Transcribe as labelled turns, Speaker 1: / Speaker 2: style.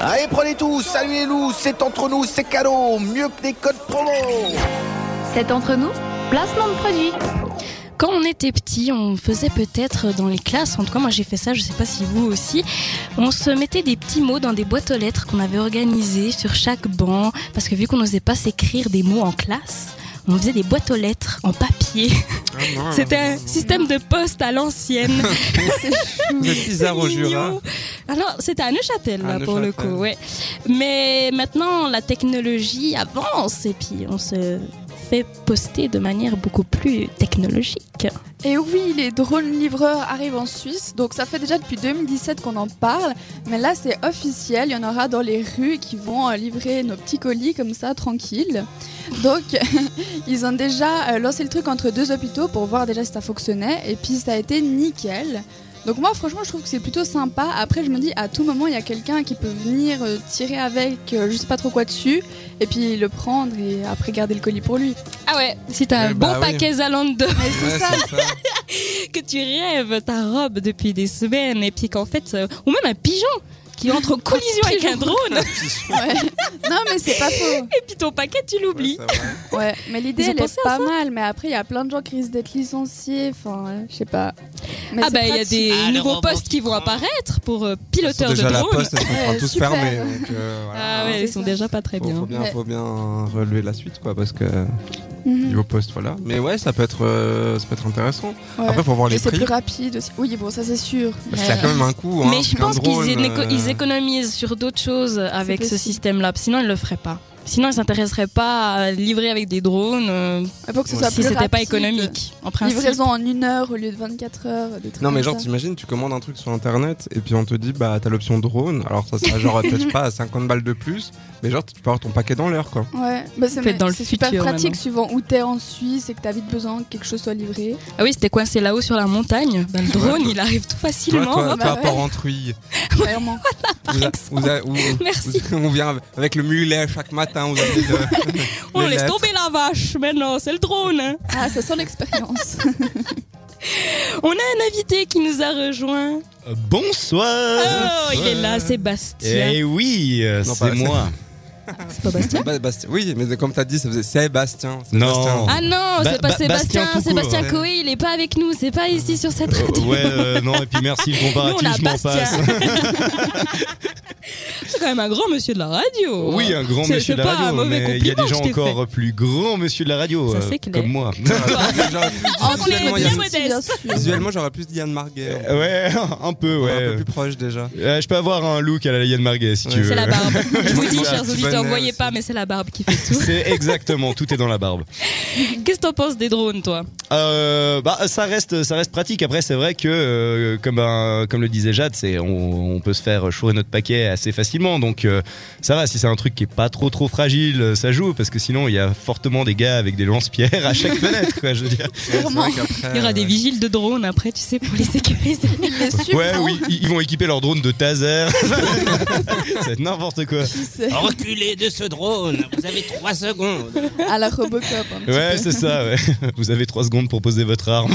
Speaker 1: Allez, prenez tout, saluez-nous, c'est entre nous, c'est cadeau, mieux que des codes promo.
Speaker 2: C'est entre nous, placement de produit.
Speaker 3: Quand on était petit, on faisait peut-être dans les classes, en tout cas moi j'ai fait ça, je sais pas si vous aussi, on se mettait des petits mots dans des boîtes aux lettres qu'on avait organisées sur chaque banc, parce que vu qu'on n'osait pas s'écrire des mots en classe, on faisait des boîtes aux lettres en papier.
Speaker 4: Ah
Speaker 3: C'était un système de poste à l'ancienne.
Speaker 4: Vous êtes bizarre au
Speaker 3: mignon.
Speaker 4: Jura.
Speaker 3: Alors, c'était à Neuchâtel,
Speaker 4: À
Speaker 3: là, pour le
Speaker 4: Neuchâtel.
Speaker 3: coup, ouais. Mais maintenant, la technologie avance et puis on se fait poster de manière beaucoup plus technologique.
Speaker 5: Et oui, les drones livreurs arrivent en Suisse, donc ça fait déjà depuis 2017 qu'on en parle, mais là c'est officiel, il y en aura dans les rues qui vont euh, livrer nos petits colis comme ça, tranquille. Donc ils ont déjà euh, lancé le truc entre deux hôpitaux pour voir déjà si ça fonctionnait, et puis ça a été nickel. Donc moi franchement je trouve que c'est plutôt sympa, après je me dis à tout moment il y a quelqu'un qui peut venir euh, tirer avec euh, je sais pas trop quoi dessus, et puis le prendre et après garder le colis pour lui.
Speaker 3: Ah ouais, si t'as un
Speaker 4: Eh
Speaker 3: bon
Speaker 4: bah oui.
Speaker 3: paquet Zalando
Speaker 5: Mais c'est
Speaker 4: Ouais,
Speaker 5: ça,
Speaker 4: c'est ça.
Speaker 3: que tu rêves ta robe depuis des semaines et puis qu'en fait, euh, ou même un pigeon qui entre en collision avec un drone
Speaker 5: ouais. Non mais c'est pas faux.
Speaker 3: et puis ton paquet tu l'oublies.
Speaker 4: Ouais, c'est vrai.
Speaker 5: Ouais, mais l'idée
Speaker 3: Ils ont
Speaker 5: elle
Speaker 3: pensé
Speaker 5: est pas mal, mais après il y a plein de gens qui risquent d'être licenciés, enfin euh, je sais pas. Mais
Speaker 3: ah
Speaker 5: c'est
Speaker 3: bah il y a
Speaker 5: pratique.
Speaker 3: des
Speaker 6: Ah, le
Speaker 3: nouveaux
Speaker 6: robot
Speaker 3: postes
Speaker 6: qui
Speaker 3: qui vont
Speaker 6: prend.
Speaker 3: apparaître pour euh,
Speaker 4: Ils sont
Speaker 3: piloteurs de
Speaker 4: déjà à la
Speaker 3: drones.
Speaker 4: poste, elles sont en train de
Speaker 5: Ouais,
Speaker 4: tous
Speaker 5: super.
Speaker 4: fermés. Donc, euh, voilà.
Speaker 3: Ah ouais, ils
Speaker 5: C'est
Speaker 3: sont
Speaker 5: ça.
Speaker 3: déjà pas très
Speaker 4: Faut,
Speaker 3: bien.
Speaker 4: faut bien,
Speaker 5: Ouais.
Speaker 4: faut bien relever la suite, quoi, parce que
Speaker 5: Mhm,
Speaker 4: niveau poste, voilà. Mais ouais, ça peut être, euh, ça peut être intéressant.
Speaker 5: ouais.
Speaker 4: Après, faut voir
Speaker 5: Et
Speaker 4: les
Speaker 5: c'est
Speaker 4: prix.
Speaker 5: plus rapide aussi. Oui, bon, ça c'est sûr.
Speaker 4: Parce que ça a quand même un coût. hein,
Speaker 3: Mais je
Speaker 4: pour un
Speaker 3: pense qu'ils
Speaker 4: drone,
Speaker 3: éco-
Speaker 4: euh,
Speaker 3: ils économisent sur d'autres choses avec ce
Speaker 5: possible.
Speaker 3: système-là, sinon ils le feraient pas. Sinon ils s'intéresseraient pas à livrer avec des drones euh,
Speaker 5: Il faut que ce
Speaker 4: Ouais,
Speaker 5: soit
Speaker 3: si
Speaker 5: plus
Speaker 3: c'était pas
Speaker 5: rapide.
Speaker 3: économique. En principe,
Speaker 5: Livraison en une heure au lieu de 24 heures. Des trucs
Speaker 4: Non mais
Speaker 5: comme
Speaker 4: genre
Speaker 5: ça.
Speaker 4: t'imagines tu commandes un truc sur internet et puis on te dit bah t'as l'option drone alors ça sera genre peut-être pas à 50 balles de plus mais genre tu peux avoir ton paquet dans l'heure quoi.
Speaker 5: Ouais, bah, c'est
Speaker 3: Peut-être
Speaker 5: mais
Speaker 3: dans le
Speaker 5: c'est super
Speaker 3: futur,
Speaker 5: pratique
Speaker 3: maintenant.
Speaker 5: suivant où t'es en Suisse et que t'as vite besoin que quelque chose soit livré.
Speaker 3: ah oui, c'était coincé là-haut sur la montagne. Ben, le drone, il arrive tout
Speaker 4: Toi
Speaker 3: facilement.
Speaker 4: toi,
Speaker 3: hop.
Speaker 5: bah
Speaker 4: toi
Speaker 5: ouais.
Speaker 4: Porrentruille,
Speaker 5: Clairement.
Speaker 4: vous a- vous a- vous-
Speaker 3: Merci.
Speaker 4: vous- on vient avec le mulet chaque matin vous avez de-
Speaker 3: On
Speaker 4: les
Speaker 3: Oh, laisse
Speaker 4: lettres.
Speaker 3: tomber la vache. Maintenant, c'est le drone. hein.
Speaker 5: Ah, ça sent l'expérience.
Speaker 3: On a un invité qui nous a rejoint.
Speaker 6: Euh, Bonsoir
Speaker 3: Oh, il est là, Sébastien.
Speaker 6: Eh oui, euh,
Speaker 4: Non,
Speaker 6: c'est
Speaker 4: pas-
Speaker 6: moi.
Speaker 3: C'est pas Bastien.
Speaker 4: Bah, Bastien- Oui mais comme t'as dit ça faisait Sébastien.
Speaker 6: Non.
Speaker 3: Ah non,
Speaker 6: Ba-
Speaker 3: c'est pas
Speaker 6: Ba- Bastien
Speaker 3: Sébastien.
Speaker 6: tout court,
Speaker 3: Sébastien
Speaker 4: ouais.
Speaker 3: Coé, il est pas avec nous. C'est pas ici sur cette
Speaker 6: Euh,
Speaker 3: radio.
Speaker 6: ouais, euh, non, et puis merci, le
Speaker 3: Nous, on a
Speaker 6: comparatif, je m'en
Speaker 3: Bastien.
Speaker 6: passe.
Speaker 3: C'est quand même un grand monsieur de la radio.
Speaker 6: Oui, un grand
Speaker 3: C'est-
Speaker 6: monsieur de
Speaker 3: c'est
Speaker 6: la
Speaker 3: pas un
Speaker 6: radio,
Speaker 3: mauvais
Speaker 6: mais il y a
Speaker 3: compliment
Speaker 6: des
Speaker 3: que
Speaker 6: gens
Speaker 3: je t'ai fait.
Speaker 6: encore plus grands monsieur de la radio,
Speaker 3: Ça,
Speaker 6: euh,
Speaker 3: c'est clair.
Speaker 6: comme moi.
Speaker 3: On est
Speaker 4: Visuellement, il y a-
Speaker 3: Ah, bien
Speaker 5: Petit,
Speaker 3: modeste.
Speaker 5: bien sûr.
Speaker 4: Visuellement j'aurais plus dit Yann Marguerre.
Speaker 6: Euh, ouais, un peu,
Speaker 4: On est
Speaker 6: ouais.
Speaker 4: Un peu plus proche déjà.
Speaker 6: Euh, je peux avoir un look à la Yann Marguet si
Speaker 4: Ouais.
Speaker 6: tu veux.
Speaker 3: C'est la barbe. Je vous
Speaker 4: c'est
Speaker 3: dis,
Speaker 4: ça,
Speaker 3: chers
Speaker 4: petit
Speaker 3: auditeurs,
Speaker 6: euh,
Speaker 4: bonnet
Speaker 3: voyez
Speaker 4: aussi.
Speaker 3: pas, mais c'est la barbe qui fait tout.
Speaker 6: C'est exactement, tout est dans la barbe.
Speaker 3: Qu'est-ce que t'en penses des drones, toi
Speaker 6: Euh, bah, ça reste, ça reste pratique. Après, c'est vrai que, euh, comme, un- comme le disait Jade, c'est, on, on peut se faire chourer notre paquet assez facilement. Donc, euh, ça va. Si c'est un truc qui est pas trop trop fragile, euh, ça joue parce que sinon, il y a fortement des gars avec des lance-pierres à chaque fenêtre. Quoi, je veux dire.
Speaker 5: Clairement.
Speaker 4: Ouais, c'est vrai qu'après,
Speaker 3: Il y aura
Speaker 4: euh,
Speaker 3: des vigiles de drones après, tu sais, pour les sécuriser.
Speaker 5: Il les suit.
Speaker 6: Ouais,
Speaker 5: vraiment,
Speaker 6: oui, ils ils vont équiper leur drone de taser. ça va être n'importe quoi.
Speaker 5: tu sais,
Speaker 6: Reculez
Speaker 7: de ce drone. Vous avez 3 secondes.
Speaker 5: à la Robocop. un petit
Speaker 6: Ouais,
Speaker 5: peu.
Speaker 6: c'est ça. ouais. Vous avez trois secondes pour poser votre arme.